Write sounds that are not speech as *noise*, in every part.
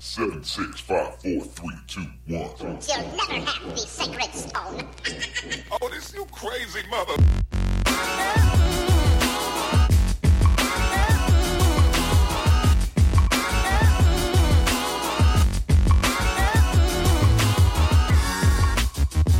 seven, six, five, four, three, two, one. You'll never have the sacred stone. Oh, this you crazy mother.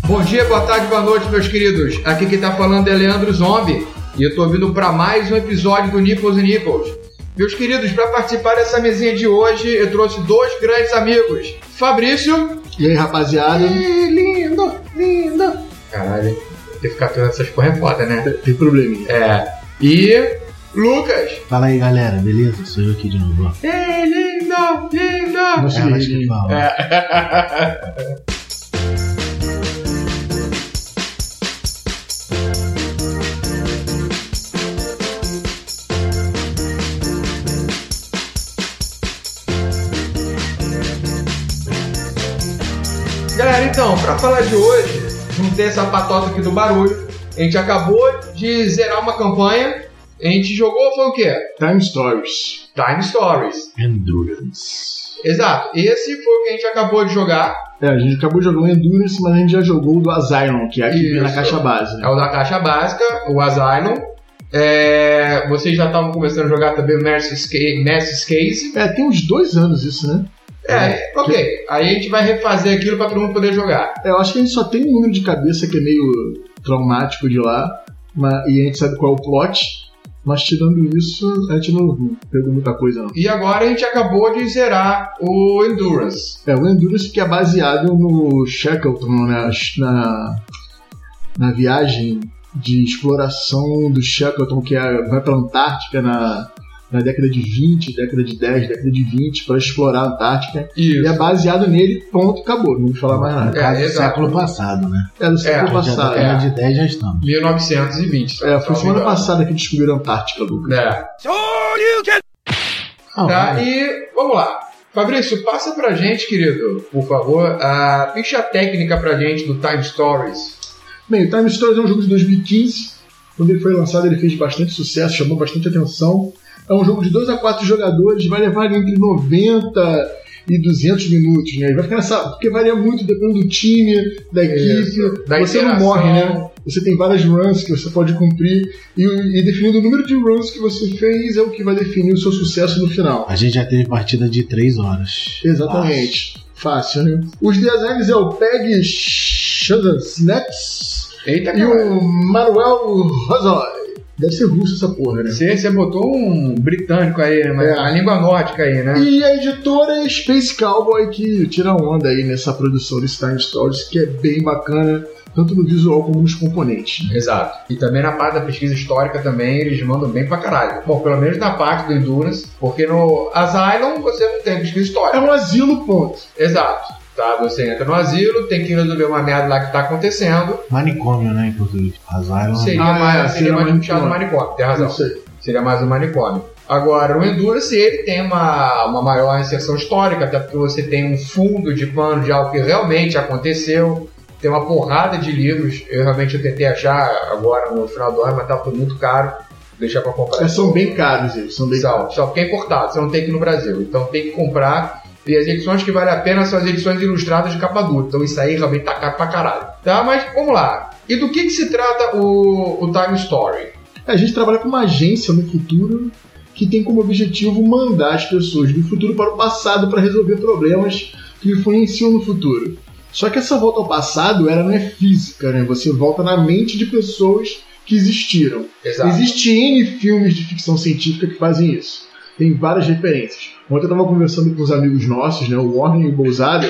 Bom dia, boa tarde, boa noite, meus queridos. Aqui quem tá falando é Leandro Zombie e eu tô vindo para mais um episódio do Nipples e Nipples. Meus queridos, para participar dessa mesinha de hoje, eu trouxe dois grandes amigos. Fabrício. E aí, rapaziada? Ih, lindo, lindo. Caralho, ter que ficar pegando essas porra é foda, né? Tem probleminha. É. E. Lucas. Fala aí, galera, beleza? Sou eu aqui de novo. ó. Ei, lindo, lindo. É, mas que fala. Galera, então, pra falar de hoje, juntei essa patota aqui do barulho. A gente acabou de zerar uma campanha. A gente jogou, foi o quê? Time Stories Time Stories. Endurance. Exato. Esse foi o que a gente acabou de jogar. É, a gente acabou de jogar o Endurance, mas a gente já jogou o do Asylum, que é aqui Isso. na caixa base. É Né? o da caixa básica, o Asylum. É, vocês já estavam começando a jogar também o Mercy's Ca- Mercy's Case. É, tem uns dois anos isso, né? É, ok. Aí a gente vai refazer aquilo pra todo mundo poder jogar. É, eu acho que a gente só tem um número de cabeça que é meio traumático de lá, mas- e a gente sabe qual é o plot, mas tirando isso, a gente não não pegou muita coisa, não. E agora a gente acabou de zerar o Endurance. É, o Endurance que é baseado no Shackleton, né, na, na viagem de exploração do Shackleton, que é- vai para a Antártica na, na década de 20, década de 10, década de 20, para explorar a Antártica. E Isso. é baseado nele, ponto, acabou, não vou falar mais nada. É, exato. Século passado, né? É do século é, passado. é. É, Década de 10 já estamos. 1920. foi semana passada que descobriram a Antártica, Lucas. Então, É. Ah, Tá, vai. e vamos lá. Fabrício, passa pra gente, querido, por favor, a ficha técnica pra gente do Time Stories. Bem, o Time Stories é um jogo de 2015. Quando ele foi lançado, ele fez bastante sucesso, chamou bastante atenção. É um jogo de 2 a 4 jogadores, vai levar entre 90 e 200 minutos, né? Vai ficar nessa. Porque varia muito dependendo do time, da equipe. Da você não interação. morre, né? Você tem várias runs que você pode cumprir. E, o- e definindo o número de runs que você fez é o que vai definir o seu sucesso no final. A gente já teve partida de 3 horas. Exatamente. Fácil, né? Os designs é o Peg Shudansnets. Eita, E cara. o Manuel Rosoy. Deve ser russo essa porra, né? Você, você botou um britânico aí, né? Mas É. a língua nórdica aí, né? E a editora é Space Cowboy que tira onda aí nessa produção de Time Stories, que é bem bacana, tanto no visual como nos componentes. Exato. E também na parte da pesquisa histórica também, eles mandam bem pra caralho. Bom, pelo menos na parte do Endurance, porque no Asylum você não tem pesquisa É histórica. um asilo, ponto. Exato. Tá, você entra no asilo, tem que resolver uma merda lá que tá acontecendo. Manicômio, né? Em português. Asylum. Seria Ah, mais, é, seria seria mais manicômio. puxado no manicômio, tem razão. Isso aí. Seria mais um manicômio. Agora, o Endurance, ele tem uma, uma maior inserção histórica, até porque você tem um fundo de pano de algo que realmente aconteceu. Tem uma porrada de livros. Eu realmente eu tentei achar agora no final do ano, mas tava tudo muito caro. Deixar pra comprar. É, são bem caros eles, são bem São, só porque é importado, você não tem aqui no Brasil. Então tem que comprar. E as edições que vale a pena são as edições ilustradas de capa dura. Então isso aí realmente tá caro pra caralho. Tá, mas vamos lá. E do que, que se trata o, o Time Story? caros. É, A gente trabalha com uma agência no futuro que tem como objetivo mandar as pessoas do futuro para o passado para resolver problemas que influenciam no futuro. Só que essa volta ao passado ela não é física, né? Você volta na mente de pessoas que existiram. Exato. Existem N filmes de ficção científica que fazem isso. Tem várias referências. Ontem eu tava conversando com os amigos nossos, né? O Warren e o Bousada,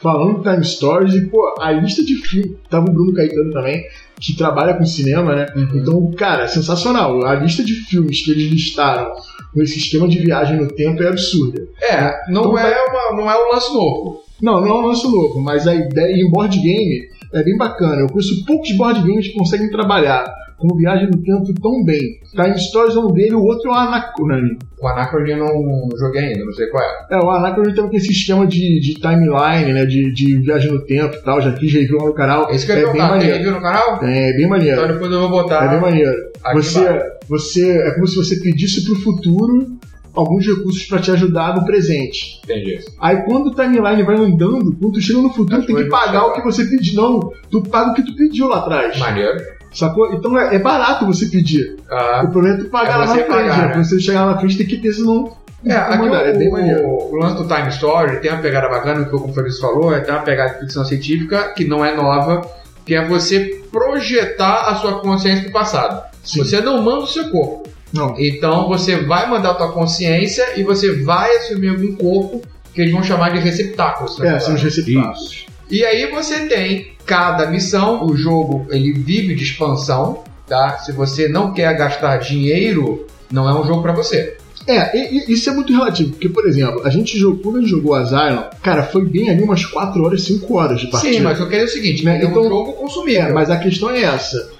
falando de Time Stories e, pô, a lista de filmes. Tava o Bruno Caetano também, que trabalha com cinema, né? Então, cara, sensacional. A lista de filmes que eles listaram com esse esquema de viagem no tempo é absurda. É, não Então, é, uma, não é um lance novo. Não, não é um lance novo, mas a ideia em board game é bem bacana. Eu conheço poucos board games que conseguem trabalhar com viagem no tempo tão bem. Time Stories é um dele, o outro é o Anacrony. O Anacron eu não joguei ainda, não sei qual é. É, o Anacrony também tem esse esquema de, de timeline, né, de, de viagem no tempo e tal. Já fiz review lá no canal. Esse que eu ia é bem perguntar, tem maneiro. review no canal? É bem Então maneiro. depois eu vou É botar bem maneiro. aqui Você, é- embaixo. você é como se você pedisse pro futuro alguns recursos pra te ajudar no presente. Entendi. Aí quando o timeline vai andando, quando tu chega no futuro, tem As que coisas pagar vão o que você pediu. Não, tu paga o que tu pediu lá atrás. É Maneiro. Sacou? Então é, é barato você pedir. Ah. O problema é tu pagar É lá na você frente. pagar, né? né? Você chegar lá na frente tem que ter, senão. É, aqui Mano, é bem o, maneiro. o, o lance do Time Story tem uma pegada bacana, que o compromisso falou, é tem uma pegada de ficção científica que não é nova, que é você projetar a sua consciência pro passado. Sim. Você não manda o seu corpo. Não. Então você vai mandar a tua consciência e você vai assumir algum corpo que eles vão chamar de receptáculos. né? É, são os receptáculos. E aí você tem cada missão, o jogo ele vive de expansão, tá? Se você não quer gastar dinheiro, não é um jogo pra você. É, e- e- isso é muito relativo, porque, por exemplo, a gente jogou, quando a gente jogou Asylum, cara, foi bem ali umas 4 horas, 5 horas de partida. Sim, mas eu quero dizer o seguinte, Né, né? é então- um jogo consumível. É, mas a questão é essa.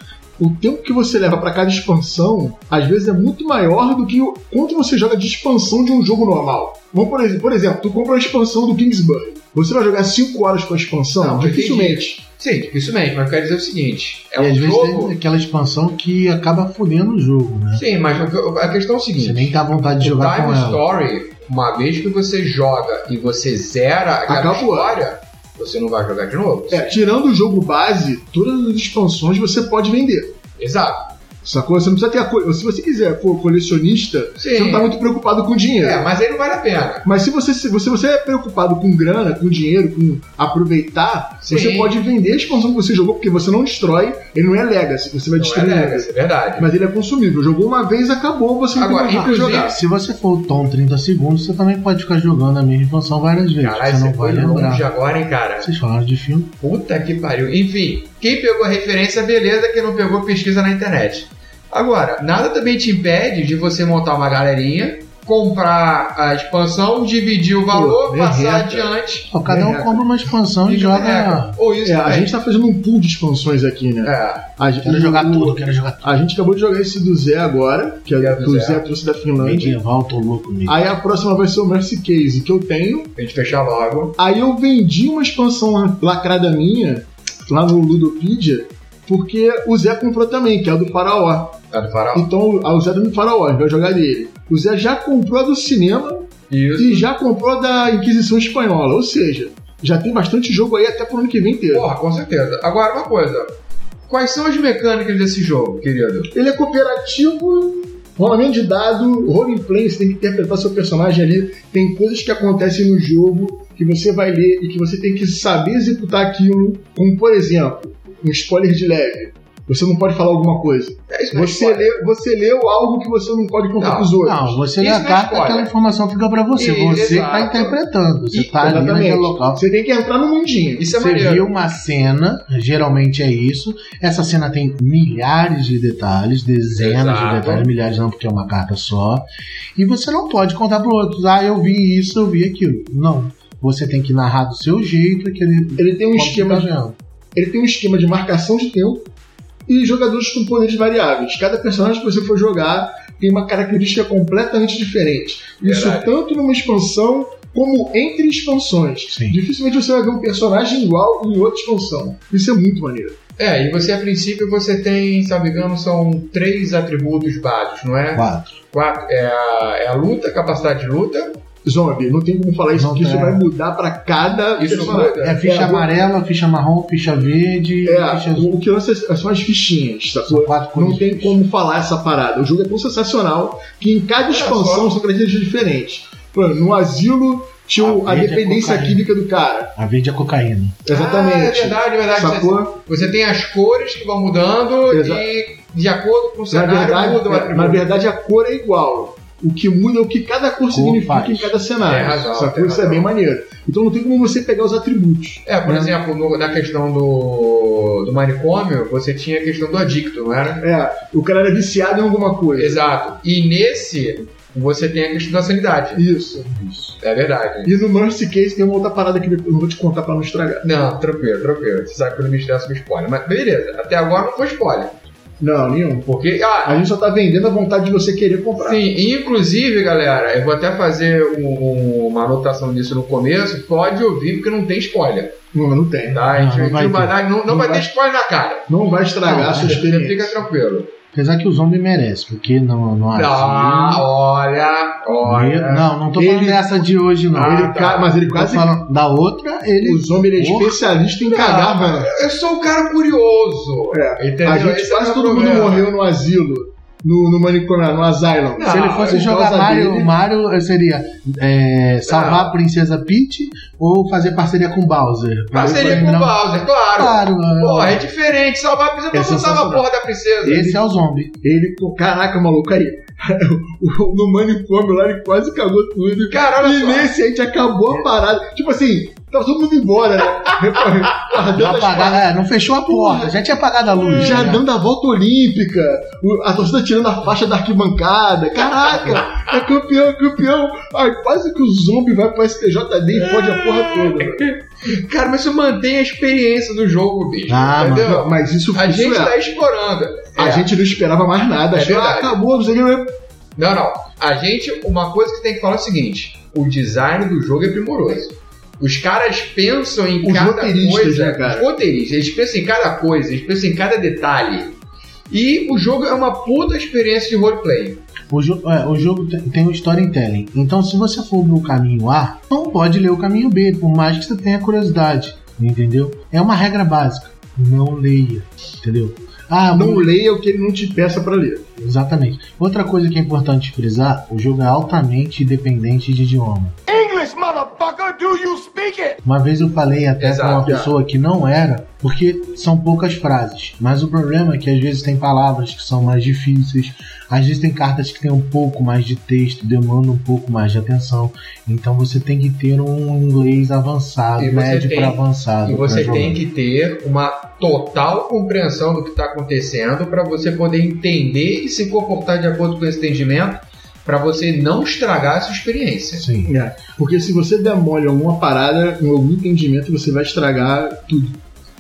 O tempo que você leva pra cada expansão, às vezes é muito maior do que o quanto você joga de expansão de um jogo normal. Vamos por, ex- por exemplo, tu compra a expansão do Kingsbury. Você vai jogar 5 horas com a expansão? Não, Dificilmente. Sim, dificilmente, mas eu quero dizer o seguinte, é e um às vezes jogo... tem aquela expansão que acaba fudendo o jogo, né? Sim, mas a a questão é o seguinte... Você nem tá à vontade de O jogar com Time ela. Story, uma vez que você joga e você zera aquela Acabou. história, você não vai jogar de novo. É, tirando o jogo base, todas as expansões você pode vender. Exato. Sacou? Você não precisa ter a co... Se você quiser for colecionista, você Sim. não tá muito preocupado com dinheiro. É, mas aí não vale a pena. Mas se você, se você, você é preocupado com grana, com dinheiro, com aproveitar, Sim. você pode vender a expansão que você jogou, porque você não destrói, ele não é legacy, você vai Não é destruir legal, legacy. isso é verdade. Mas ele é consumível. Jogou uma vez, acabou, você Agora, não tem mais nada pra inclusive, jogar. Se você for o Tom 30 segundos, você também pode ficar jogando a mesma expansão várias vezes. Caralho, você você não vai foi longe lembrar. agora, hein, cara. Vocês falaram de filme? Puta que pariu. Enfim, quem pegou a referência, beleza, quem não pegou, pesquisa na internet. Agora, nada também te impede de você montar uma galerinha, comprar a expansão, dividir o valor, Pô, passar merreca. adiante. Ó, cada um É. compra uma expansão e fica joga. merreca. Ou isso É, a também. gente tá fazendo um pool de expansões aqui, né? É. A gente, Quero jogar o- tudo, quero jogar tudo. A gente acabou de jogar esse do Zé agora, que Zé é do do Zé. Zé trouxe da Finlândia. Medieval, tô louco mesmo. Aí a próxima vai ser o Mercy Case, que eu tenho. Pra gente fechar logo. Aí eu vendi uma expansão lacrada minha, lá no Ludopedia, porque o Zé comprou também, que é a do Faraó. Tá do farol? Então, a- o Zé tá no faraó, ele vai jogar dele. O Zé já comprou a do cinema Isso. e já comprou a da Inquisição Espanhola, ou seja, já tem bastante jogo aí até pro ano que vem inteiro. Porra, com certeza. Agora, uma coisa. Quais são as mecânicas desse jogo, querido? Ele é cooperativo, rolamento de dado, roleplay, você tem que interpretar seu personagem ali. Tem coisas que acontecem no jogo que você vai ler e que você tem que saber executar aquilo, como por exemplo, um spoiler de leve. Você não pode falar alguma coisa. É isso Você, lê, você leu algo que você não pode contar Não, pros outros. Não, você Isso lê a não é carta, spoiler. aquela informação fica pra você. Isso, você tá exato. interpretando. Você tá ali Exatamente. naquele local. Você tem que entrar no mundinho. Isso é Você maneiro. viu uma cena, geralmente é isso. Essa cena tem milhares de detalhes, dezenas Exato. de detalhes, milhares não, porque é uma carta só. E você não pode contar pro outro, ah, eu vi isso, eu vi aquilo. Não. Você tem que narrar do seu jeito aquele. tá Ele tem um esquema, de, de... ele tem um esquema de marcação de tempo e jogadores com poderes variáveis. Cada personagem que você for jogar tem uma característica completamente diferente. Isso Verdade. tanto numa expansão como entre expansões. Sim. Dificilmente você vai ver um personagem igual em outra expansão. Isso é muito maneiro. É, e você, a princípio, você tem, se não me engano, são três atributos básicos, não é? Quatro. Quatro. É a, é a luta, a capacidade de luta. Zombie, não tem como falar isso, Não porque isso tem. vai mudar pra cada Isso personagem. muda. É ficha É, amarela, ficha marrom, ficha verde, É, ficha azul. o o que lança são as fichinhas, sacou? São quatro cores Não de tem ficha. como falar essa parada. O jogo é tão sensacional que em cada expansão só. são características diferentes. Mano, no asilo tinha o- A a, verde é dependência cocaína. química do cara. A verde é cocaína. Exatamente. Ah, é verdade, é verdade. Sacou? Você tem as cores que vão mudando Exa- e, de acordo com o Na cenário, muda o verdade, é, atributo. na verdade, a cor é igual. O que muda é o que cada cor, significa faz. em cada cenário. Tem razão, sacou? tem Isso é razão. bem maneiro. Então não tem como você pegar os atributos. É, por exemplo, no- na questão do, do manicômio, você tinha a questão do adicto, não era? É, o cara era viciado em alguma coisa. Exato. E nesse, você tem a questão da sanidade. Isso. É verdade. E no Mercy Case tem uma outra parada que eu não vou te contar pra não estragar. Não, tranquilo, tranquilo. Você sabe que eu não me estresso com spoiler. Mas beleza, até agora não foi spoiler. Não, nenhum. Porque. Ah, A gente só tá vendendo a vontade de você querer comprar. sim, e inclusive, galera, eu vou até fazer um- um- uma anotação disso no começo. Pode ouvir, porque não tem spoiler. Não, não tem. Tá? A gente Não, não a gente vai não vai ter. dar- não- não Não vai vai. ter spoiler na cara. Não vai estragar a sua Você experiência. fica tranquilo. Apesar que o zombie merece, porque não, não assim. Ah, acho. olha, olha. Não, não tô falando Ele- dessa de hoje, não. Ah, Ele tá. ca- Mas ele Tô quase. falando da outra, ele. O zombie ele é Porra. especialista em cagar, velho. Eu sou um cara curioso. É, Entendeu? A gente Esse é o quase meu todo mundo problema. morreu no asilo, no, no manicômio, no asylum. Não, Se ele fosse por jogar causa Mario, dele- Ah. Mario eh, seria eh, salvar a princesa Peach ou fazer parceria com Bowser? Parceria com o Não. Bowser, claro. Claro, mano. Porra, é diferente. Salvar a princesa, É todo mundo salva a sensacional. porra da princesa. Esse é o zombie. Ele, pô, caraca, maluco, *laughs* aí. O- no manicômio lá, ele quase cagou tudo. Cara, olha e só. nesse aí, a gente acabou a parada. Tipo assim, tava todo mundo embora, né? Guardando Não, as apagar, é, não fechou a porta, já tinha apagado a luz. Já né? dando a volta olímpica, o- a torcida tirando a faixa da arquibancada. Caraca, é campeão, é campeão. Ai, quase que o zombie vai pro STJD e pode a porra toda. né? Cara, mas isso mantém a experiência do jogo, bicho. Ah, entendeu? Não, mas isso, A isso gente é. tá explorando. A É. gente não esperava mais nada. É achou, ah, verdade. acabou, não sei o que, né? Não, não. A gente, uma coisa que tem que falar é o seguinte: o design do jogo é primoroso. Os caras pensam em Os cada roteiristas, coisa. né, cara? Os roteiristas, eles pensam em cada coisa, eles pensam em cada detalhe. E o jogo é uma puta experiência de roleplay. O, jo- é, o jogo te- tem um storytelling. Então, se você for no caminho A, não pode ler o caminho B, por mais que você tenha curiosidade. Entendeu? É uma regra básica. Não leia. Entendeu? Ah, Um Não mu- leia o que ele não te peça pra ler. Exatamente. Outra coisa que é importante frisar: o jogo é altamente dependente de idioma. English, motherfucker, do you speak it? Uma vez eu falei até Exato, pra uma é. pessoa que não era, porque são poucas frases. Mas o problema é que às vezes tem palavras que são mais difíceis, às vezes tem cartas que tem um pouco mais de texto, demanda um pouco mais de atenção. Então você tem que ter um inglês avançado, E você médio tem- para avançado. E é você pra tem né? jogar. que ter uma total compreensão do que está acontecendo para você poder entender e se comportar de acordo com esse entendimento para você não estragar a sua experiência. Sim. É, Porque se você der mole em alguma parada, em algum entendimento, você vai estragar tudo.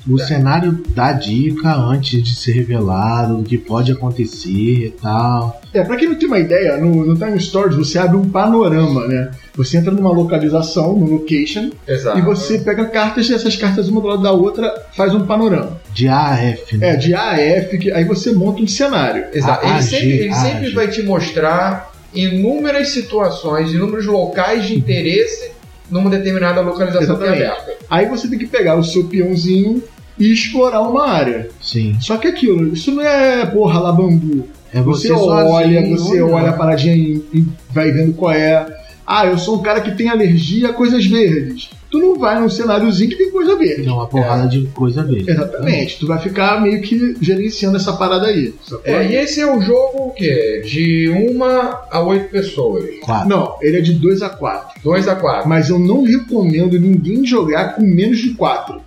O cenário dá dica antes de ser revelado, do que pode acontecer e tal. É, pra quem não tem uma ideia, no, no Time Stories você abre um panorama, né? Você entra numa localização, num location, Exato. e você pega cartas, e essas cartas uma do lado da outra faz um panorama. De A a F, né? É, de A a F, que- aí você monta um cenário. Exato. A- ele agir, sempre, ele agir. sempre vai te mostrar inúmeras situações, inúmeros locais de interesse numa determinada localização que é Exatamente. aberta. Aí você tem que pegar o seu peãozinho e explorar uma área. Sim. Só que aquilo, isso não é porra lá bambu. É Você, você, sozinho, olha, você olhando. olha a paradinha e, e vai vendo qual é. Ah, eu sou um cara que tem alergia a coisas verdes. Tu não vai num cenáriozinho que tem coisa verde. Tem uma porrada de coisa É. dele. Exatamente. Tu vai ficar meio que gerenciando essa parada aí. sacou? É, e esse é um jogo o quê? De uma a oito pessoas. Claro. Não, ele é de 2 a 4. dois a quatro. Mas eu não recomendo ninguém jogar com menos de 4.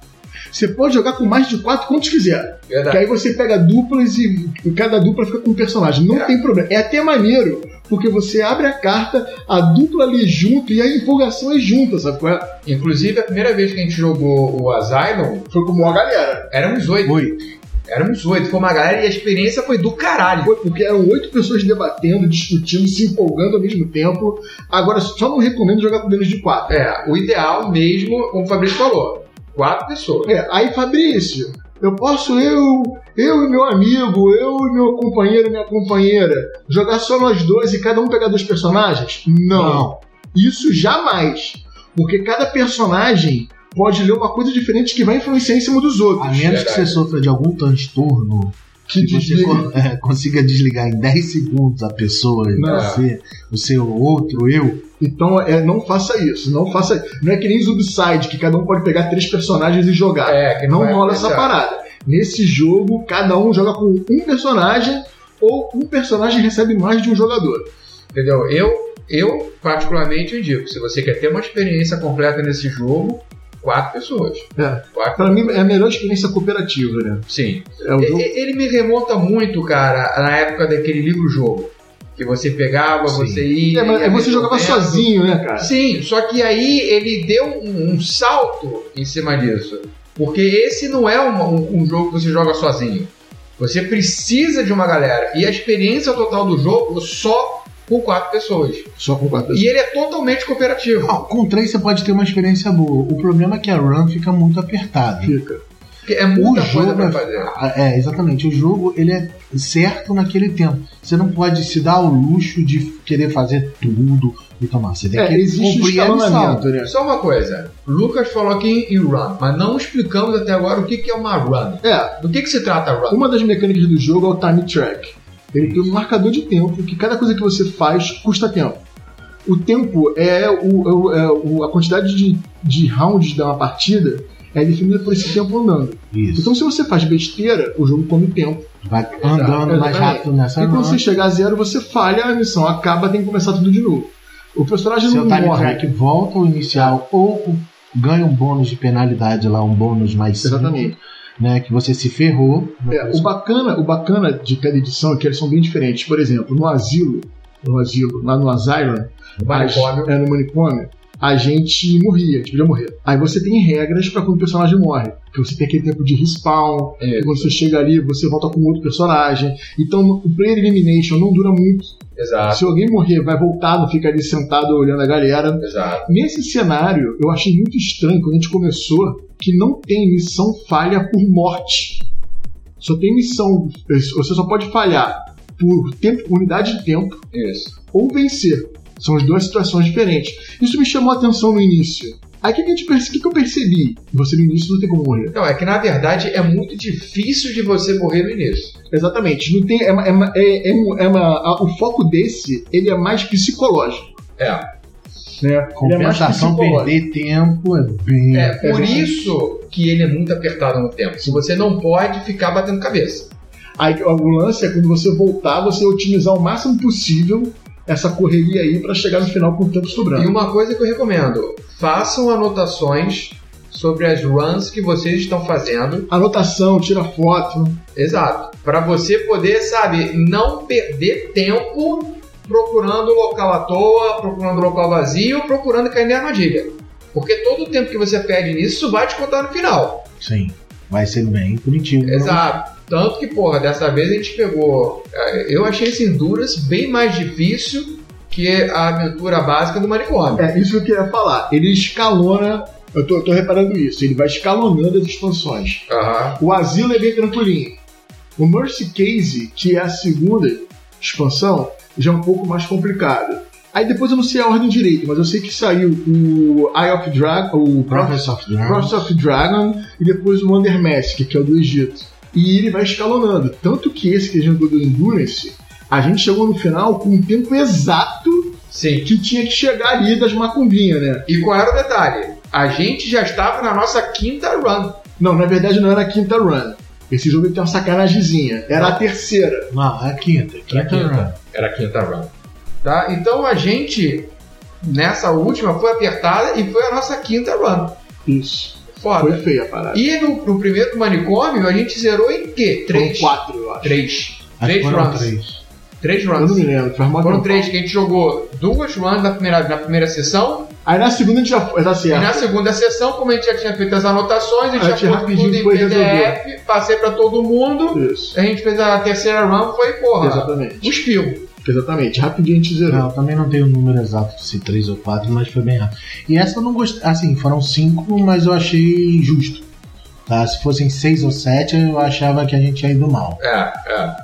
Você pode jogar com mais de 4 quantos quiser. Que Verdade. aí você pega duplas e cada dupla fica com um personagem. Não É. tem problema. É até maneiro, porque você abre a carta, a dupla ali junto e a empolgação é junta, sabe? qual é? Inclusive, a primeira vez que a gente jogou o Asylum, Foi como a galera. éramos oito. Oi. Éramos oito. Foi uma galera e a experiência foi do caralho. Foi porque eram oito pessoas debatendo, discutindo, se empolgando ao mesmo tempo. Agora, só não recomendo jogar com menos de quatro. É, o ideal mesmo, como o Fabrício falou, quatro pessoas. É, aí Fabrício, eu posso eu, eu e meu amigo, eu e meu companheiro e minha companheira, jogar só nós dois e cada um pegar dois personagens? Não. Isso jamais. Porque cada personagem pode ler uma coisa diferente que vai influenciar em cima dos A outros. menos que você sofra de algum transtorno Que que você desliga. con- é, consiga desligar em 10 segundos a pessoa e Não. você, o seu outro eu. Então, é, não faça isso. Não faça Não é que nem os Ubside, que cada um pode pegar três personagens e jogar. É, que não vai rola essa acontecer. parada. Nesse jogo, cada um joga com um personagem ou um personagem recebe mais de um jogador. Entendeu? Eu, eu particularmente indico, se você quer ter uma experiência completa nesse jogo, quatro pessoas. É. Quatro, Pra mim, é a melhor experiência cooperativa, né? sim. É o E- jogo. e- Ele me remonta muito, cara, na época daquele livro-jogo. Que você pegava, Sim. você ia. É, mas ia você jogava resolvendo. sozinho, né, cara? Sim, só que aí ele deu um, um salto em cima disso. Porque esse não é uma- um, um jogo que você joga sozinho. Você precisa de uma galera. E a experiência total do jogo só com quatro pessoas. Só com quatro E ele é totalmente cooperativo. Não, com três você pode ter uma experiência boa. O problema é que a run fica muito apertada. Fica. Porque é O muita coisa jogo pra é- fazer. ah, é exatamente. O jogo ele é certo naquele tempo. Você não pode se dar o luxo de querer fazer tudo e tomar. Você tem É, que existe um cumprir a missão. escalonamento, né? Só uma coisa, Lucas falou aqui em run, mas não explicamos até agora o que, que é uma run. É, Do que, que se trata a run? uma das mecânicas do jogo é o time track. Ele tem um marcador de tempo que cada coisa que você faz custa tempo. O tempo é, o, é o- é o- a quantidade de, de rounds de uma partida é definida por esse tempo andando. Isso. Então se você faz besteira, o jogo come tempo. Vai andando mais Exatamente. rápido e nessa quando é, você mão. chegar a zero, você falha, a missão acaba, tem que começar tudo de novo. O personagem Seu não time morre. track volta ao inicial ou ganha um bônus de penalidade lá, um bônus mais cinco, Exatamente. né? Que você se ferrou. É, o bacana, o bacana de cada edição é que eles são bem diferentes. Por exemplo, no asilo, no asilo, lá no Asylum, Manicômio. as- é, no manicômio, a gente morria, a gente podia morrer. Aí você tem regras pra quando o personagem morre. Que você tem aquele tempo de respawn, É. que quando você chega ali, você volta com outro personagem. Então o player elimination não dura muito. Exato, Se alguém morrer, vai voltar, não fica ali sentado olhando a galera. exato. Nesse cenário, eu achei muito estranho quando a gente começou que não tem missão falha por morte. Só tem missão. Você só pode falhar por tempo, unidade de tempo Isso. ou vencer. São as duas situações diferentes. Isso me chamou a atenção no início. Aí o que, que, a gente perce- o que que eu percebi? Você no início não tem como morrer. Não, é que na verdade é muito difícil de você morrer no início. Exatamente. Não tem, é, uma- é uma- é- é uma- é uma- a- o foco desse ele é mais psicológico. É. Né? Ele é mais Compensação, psicológico. perder tempo é bem. É por Exato. isso que ele é muito apertado no tempo. Se você não pode ficar batendo cabeça. Aí, o lance é quando você voltar, você otimizar o máximo possível essa correria aí pra chegar no final com o tempo E sobrando. uma coisa que eu recomendo: façam anotações sobre as runs que vocês estão fazendo. Anotação, tira foto. Exato. Pra você poder, sabe, não perder tempo procurando local à toa, procurando local vazio, procurando cair na armadilha. Porque todo o tempo que você perde nisso vai te contar no final. Sim. assim, Vai ser bem punitivo. Exato. Tanto que, porra, dessa vez a gente pegou. eh, Eu achei esse Endurance bem mais difícil que a aventura básica do manicômio. É isso que eu queria falar. Ele escalona. Eu tô, eu tô reparando isso. Ele vai escalonando as expansões. Aham. O asilo é bem tranquilinho. O Mercy Case, que é a segunda expansão, já é um pouco mais complicado. Aí depois eu não sei a ordem direito, mas eu sei que saiu o Eye of Dragon, o Professor of Dragon. Cross of Dragon e depois o Wonder Mask, que é o do Egito. E ele vai escalonando. Tanto que esse que a gente jogou do Endurance, a gente chegou no final com o tempo exato Sim. que tinha que chegar ali das macumbinhas, né? E qual era o detalhe? A gente já estava na nossa quinta run. Não, na verdade não era a quinta run. Esse jogo tem uma sacanagemzinha. Era a terceira. Não, é a quinta. Quinta, quinta. Era a quinta run. Tá? Então a gente, nessa última, foi apertada e foi a nossa quinta run. Isso. Foi Foda. feia a parada. E no, no primeiro manicômio a gente zerou em quê? Três? Foram quatro, eu acho. Três. Acho que Três foram runs. Três, três. Eu não me runs. lembro, faz mal Foram três que a gente jogou duas runs na primeira, na primeira sessão. Aí na segunda a gente já foi. Tá E certo. na segunda sessão, como a gente já tinha feito as anotações, a A gente gente já pôs rapidinho tudo em foi PDF, passei pra todo mundo. Isso. A gente fez a terceira run, foi, porra, Exatamente. os fios. Exatamente. Rapidinho a gente zerou. Não, eu também não tenho o número exato se três ou quatro, mas foi bem rápido. E essa eu não gostei. Assim, foram cinco, mas eu achei justo. Tá? Se fossem seis ou sete, eu achava que a gente ia indo mal. É, é.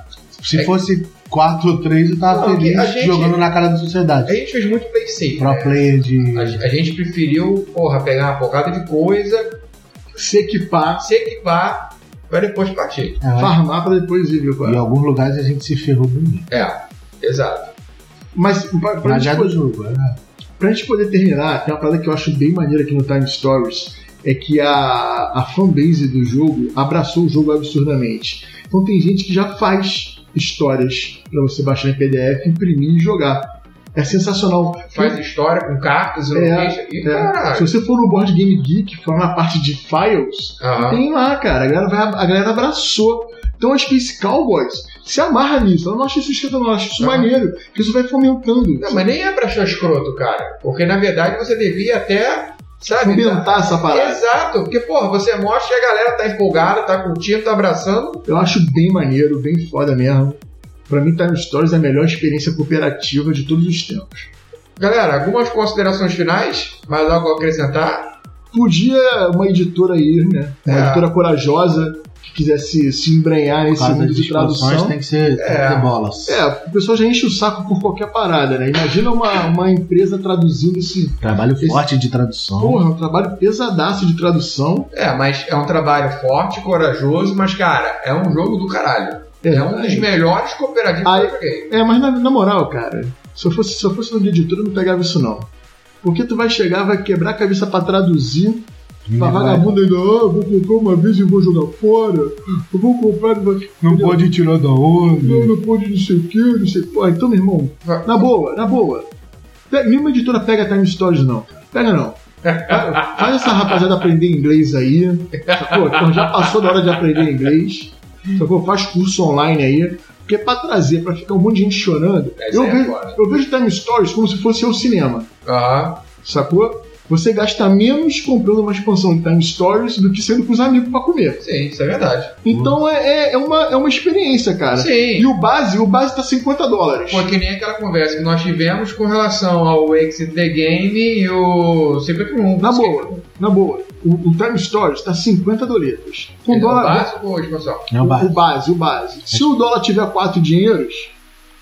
Se É. fosse quatro ou três, eu tava Não, a feliz gente- jogando na cara da A sociedade. gente fez muito play safe. né? Pro player de. A, ge- a gente preferiu, porra, pegar uma porrada de coisa, Se equipar, se equipar, pra depois partir. É, farmar pra depois ir, viu, cara? em alguns lugares a gente se ferrou bonito. É, exato. Mas pra, pra Mas já gente, do poder, jogo, era. pra gente poder terminar, tem uma parada que eu acho bem maneira aqui no Time Stories, é que a, a fanbase do jogo abraçou o jogo absurdamente. Então tem gente que já faz histórias pra você baixar em PDF, imprimir e jogar. É sensacional. Faz história com cartas, É, é, e É, se caralho. você for no Board Game Geek, for na parte de files, Aham. tem lá, cara. A galera, vai- a galera abraçou. Então a Space Cowboys se amarra nisso. Ela não acha isso escrito, não. Ela acha isso Aham. maneiro. Que isso vai fomentando. Não, mas nem é pra achar escroto, cara. Porque na verdade você devia até, sabe? fomentar essa parada. Exato, porque, porra, você mostra que a galera tá empolgada, tá curtindo, tá abraçando. Eu acho bem maneiro, bem foda mesmo. Pra mim, Time Stories é a melhor experiência cooperativa de todos os tempos. Galera, algumas considerações finais, mais algo a acrescentar? Podia uma editora aí, né? Uma É. editora corajosa que quisesse se embrenhar nesse Por causa mundo das de expansões tradução. tem que ser, tem É. que ter bolas. É, o pessoal já enche o saco por qualquer parada, né? Imagina uma, uma empresa traduzindo esse. Trabalho Esse- forte de tradução. Porra, é um trabalho pesadaço de tradução. É, mas é um trabalho forte, corajoso, mas, cara, é um jogo do caralho. É, um dos melhores cooperativos Aí- que eu joguei. É, mas na, na moral, cara, se eu fosse, se eu fosse nome de editora, eu não pegava isso não. Porque tu vai chegar, vai quebrar a cabeça pra traduzir, Ninguém pra vai- Tá vagabundo ainda, ah, vou comprar uma vez e vou jogar fora, eu vou comprar e vou. Não pode tirar da Não, onda. não pode não sei o que, não sei. Pô, então, meu irmão, na boa, na boa. Pe- Nenhuma editora pega Time Stories, não. Pega *laughs* não. Fa- Faz essa rapaziada aprender inglês aí. Pô, então já passou da hora de aprender inglês. Pô, faz curso online aí. Porque é pra trazer, pra ficar um monte de gente chorando, É, isso eu, aí vejo, agora. eu vejo Time Stories como se fosse o cinema, Aham. sacou? Você gasta menos comprando uma expansão de Time Stories do que sendo com os amigos pra comer. Sim, isso é verdade. Então é, é- é uma, é uma experiência, cara. Sim. E o base, o base tá 50 dólares. Foi que nem aquela conversa que nós tivemos com relação ao Exit the Game e o Um. Secret Room. Na boa, na boa. O, o Time Stories tá 50 doletas. Com Um dólar dólar. básico ou expansão? Não, o- bate. O base, o base. Se o dólar tiver 4 dinheiros,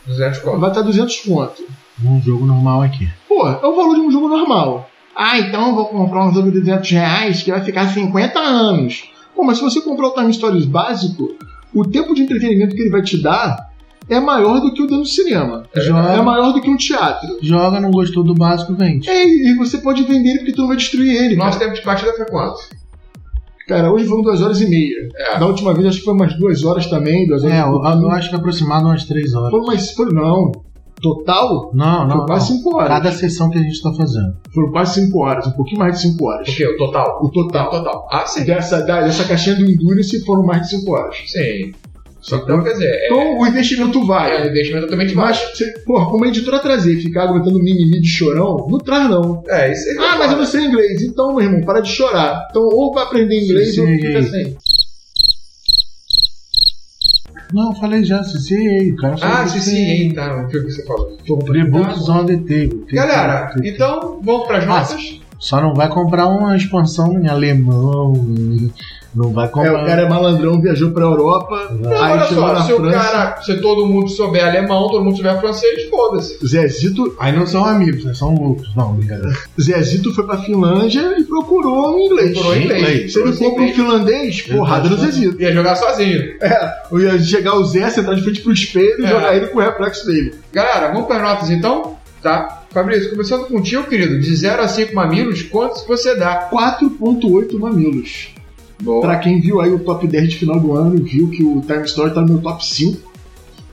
200 conto. vai estar 200 conto. Um jogo normal aqui. Porra, é o valor de um jogo normal. Ah, então eu vou comprar um jogo de 200 reais que vai ficar 50 anos. Pô, mas se você comprar o Time Stories básico, o tempo de entretenimento que ele vai te dar é maior do que o dentro do cinema. É Joga, maior do que um teatro. joga, não gostou do básico, vende. É, e você pode vender ele porque tu não vai destruir ele. cara. Nosso tempo de partida foi quanto? Cara, hoje foram duas horas e meia. É. Da última vez acho que foi umas duas horas também, duas horas e É, eu, eu pouquinho. acho que aproximado umas 3 horas. Foi umas. Foi, não. Total? Não, não. foi quase não. cinco horas. Cada sessão que a gente tá fazendo. Foram quase cinco horas, um pouquinho mais de cinco *laughs* horas. O quê? O total? O total. Então, total. Ah, sim. Dessa, da- dessa caixinha do Endurance foram mais de cinco horas. Sim. Só Então, quer dizer, é, Então o investimento é um vai. investimento totalmente Mas, baixo. você, porra, como a editora trazer e ficar aguentando mimimi de chorão, não traz não. É, isso aí. Ah, mas eu não sei inglês. Então, meu irmão, para de chorar. Então, ou vai aprender inglês Sim, ou sim. fica sem. Não, eu falei já, CCA. O cara falou Ah, sim, sim, hein, tá. Não sei o que você falou. The Tá. Books on the Table. Tem- Galera, tem- então vamos pras Ah, notas. Só não vai comprar uma expansão em alemão. em- Não vai É, comprar. o cara é malandrão, viajou pra Europa, Não, aí olha chegou só, na se o França. cara, se todo mundo souber alemão, todo mundo souber francês, foda-se. Zezito Aí não são amigos, né? são loucos. Não, *laughs* brincadeira. Zezito foi pra Finlândia e procurou um inglês. Procurou inglês. Se ele for pro Inglês. finlandês, porrada no Ele tá Zezito. Ia jogar sozinho. Eu ia chegar o Zé, sentar de frente pro espelho e É. jogar ele com o reflexo dele. Galera, vamos pras notas então, tá? Fabrício, começando contigo, querido, de 0 a 5 mamilos, quantos você dá? 4.8 mamilos. Boa. Pra quem viu aí o top 10 de final do ano, viu que o Time Story tá no meu top 5.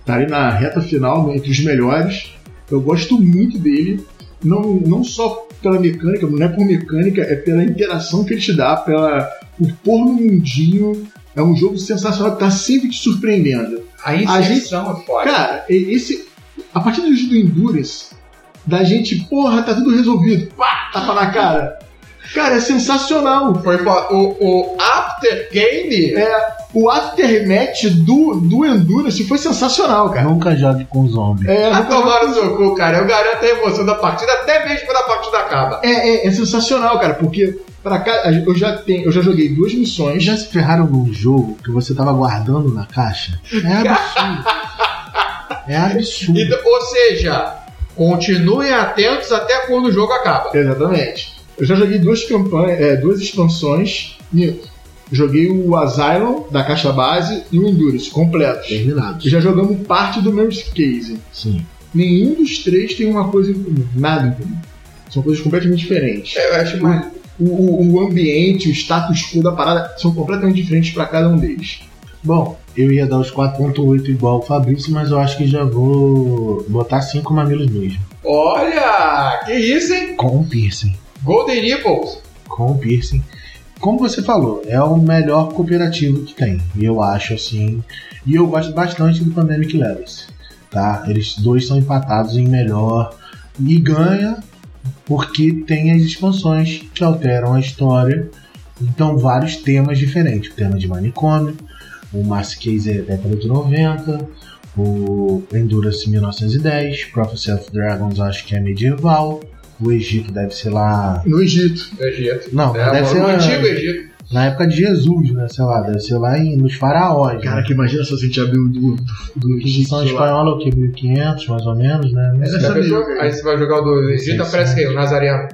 Tá ali na reta final, né, entre os melhores. Eu gosto muito dele. Não, não só pela mecânica, não é por mecânica, é pela interação que ele te dá, pela, por pôr no mundinho. É um jogo sensacional que tá sempre te surpreendendo. A inserção é foda. Cara, e- esse. A partir do vídeo do Endurance, da gente, porra, tá tudo resolvido. Pá, tapa na cara. Cara, é sensacional. Foi foda. O, o after game É, o aftermatch do, do Endurance foi sensacional, cara. Nunca jogue com zombie. É, tá tomando no seu cu, cara. Eu garanto a emoção da partida, até mesmo quando a partida acaba. é, é, é sensacional, cara, porque pra cá, eu já, tenho, eu já joguei duas missões. Já se ferraram num jogo que você tava guardando na caixa? É *laughs* absurdo. é absurdo. E- ou seja, continuem atentos até quando o jogo acaba. Exatamente. Eu já joguei duas campanhas, é, duas expansões. E joguei o Asylum da caixa base e o Endurance completo. É Terminados. Já jogamos parte do Mary's Case. Sim. Nenhum dos três tem uma coisa em comum. Nada em comum. São coisas completamente diferentes. Eu acho mais. O, o- o ambiente, o status quo da parada são completamente diferentes para cada um deles. Bom, eu ia dar os 4.8 igual o Fabrício, mas eu acho que já vou botar 5 mamilos mesmo. Olha! Que isso, hein? Com o piercing. Golden Nipples. Com o piercing. Como você falou, é o melhor cooperativo que tem. Eu acho assim. E eu gosto bastante do Pandemic Levels. Tá? Eles dois são empatados em melhor. E ganha porque tem as expansões que alteram a história. Então, vários temas diferentes. O tema de manicômio, o Mass Case é década de 90, o Endurance 1910, Prophecy of Dragons acho que é medieval, o Egito, deve ser lá. No Egito. No Egito. Não, É, deve no ser lá- antigo Egito. na época de Jesus, né? Sei lá, deve ser lá em, nos faraós. né? Cara, que imagina se a gente abrir um do, do, do Inquisição Egito. lá. espanhola é o quê? 1500, mais ou menos, né? Não sei. Essa Já pensou? mesmo. Aí você vai jogar o do Egito, aparece quem? O Nazareno.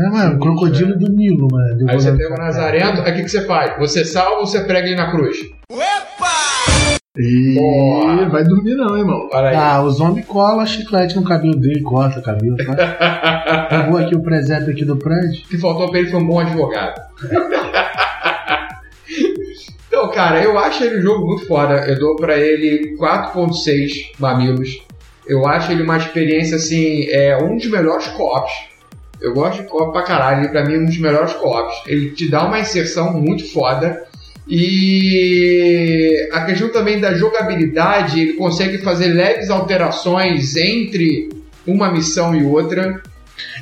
É, mano, o crocodilo do Nilo, mano. Aí você pega o Nazareno, aí o que, que você faz? Você salva ou você prega ele na cruz? E Porra. vai dormir não, hein, irmão. Olha aí. Ah, o zombie cola chiclete no cabelo dele, corta o cabelo, *laughs* tá? Pegou aqui o presépio aqui do prédio. O que faltou pra ele foi um bom advogado. então, cara, eu acho ele um jogo muito foda. Eu dou pra ele 4.6 mamilos. Eu acho ele uma experiência, assim, é um dos melhores co-ops. Eu gosto de co-op pra caralho. Ele, pra mim, é um dos melhores co-ops. Ele te dá uma inserção muito foda. E a questão também da jogabilidade, ele consegue fazer leves alterações entre uma missão e outra.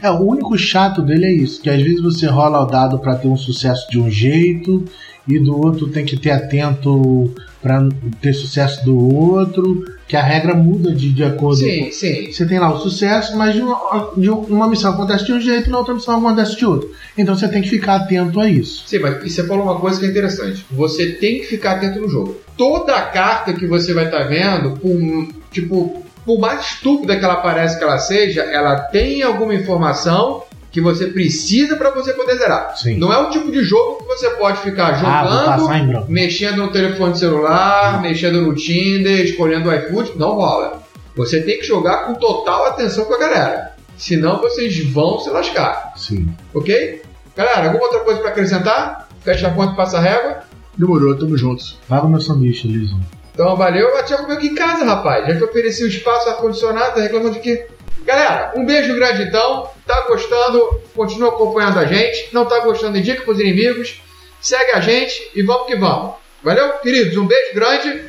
É, o único chato dele é isso, que às vezes você rola o dado pra ter um sucesso de um jeito e do outro tem que ter atento pra ter sucesso do outro, que a regra muda de, de acordo Sim, sim. Você tem lá o sucesso, mas de uma, de uma missão acontece de um jeito, na outra missão acontece de outro. Então você tem que ficar atento a isso. Sim, mas e você falou uma coisa que é interessante. Você tem que ficar atento no jogo. Toda carta que você vai estar vendo, por, tipo, por mais estúpida que ela pareça que ela seja, ela tem alguma informação que você precisa para você poder zerar. Sim. Não é o tipo de jogo que você pode ficar Ah, vou jogando, passar em branco. mexendo no telefone celular, mexendo no Tinder, escolhendo o iFood. Não rola. Você tem que jogar com total atenção com a galera. Senão vocês vão se lascar. Sim. Ok? Galera, alguma outra coisa pra acrescentar? Fecha a conta e passa a régua? Demorou, tamo juntos. Paga o meu sanduíche, Luizão. Então valeu, mas tinha comigo aqui em casa, rapaz. Já que eu ofereci o espaço ar-condicionado, tá reclamando de quê? Galera, um beijo grande então. Tá gostando? Continua acompanhando a gente. Não tá gostando? Indica pros inimigos. Segue a gente e vamos que vamos. Valeu, queridos. Um beijo grande.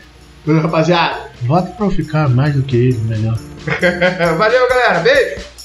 Valeu, rapaziada. Vota pra eu ficar mais do que ele, melhor. *laughs* Valeu, galera. Beijo.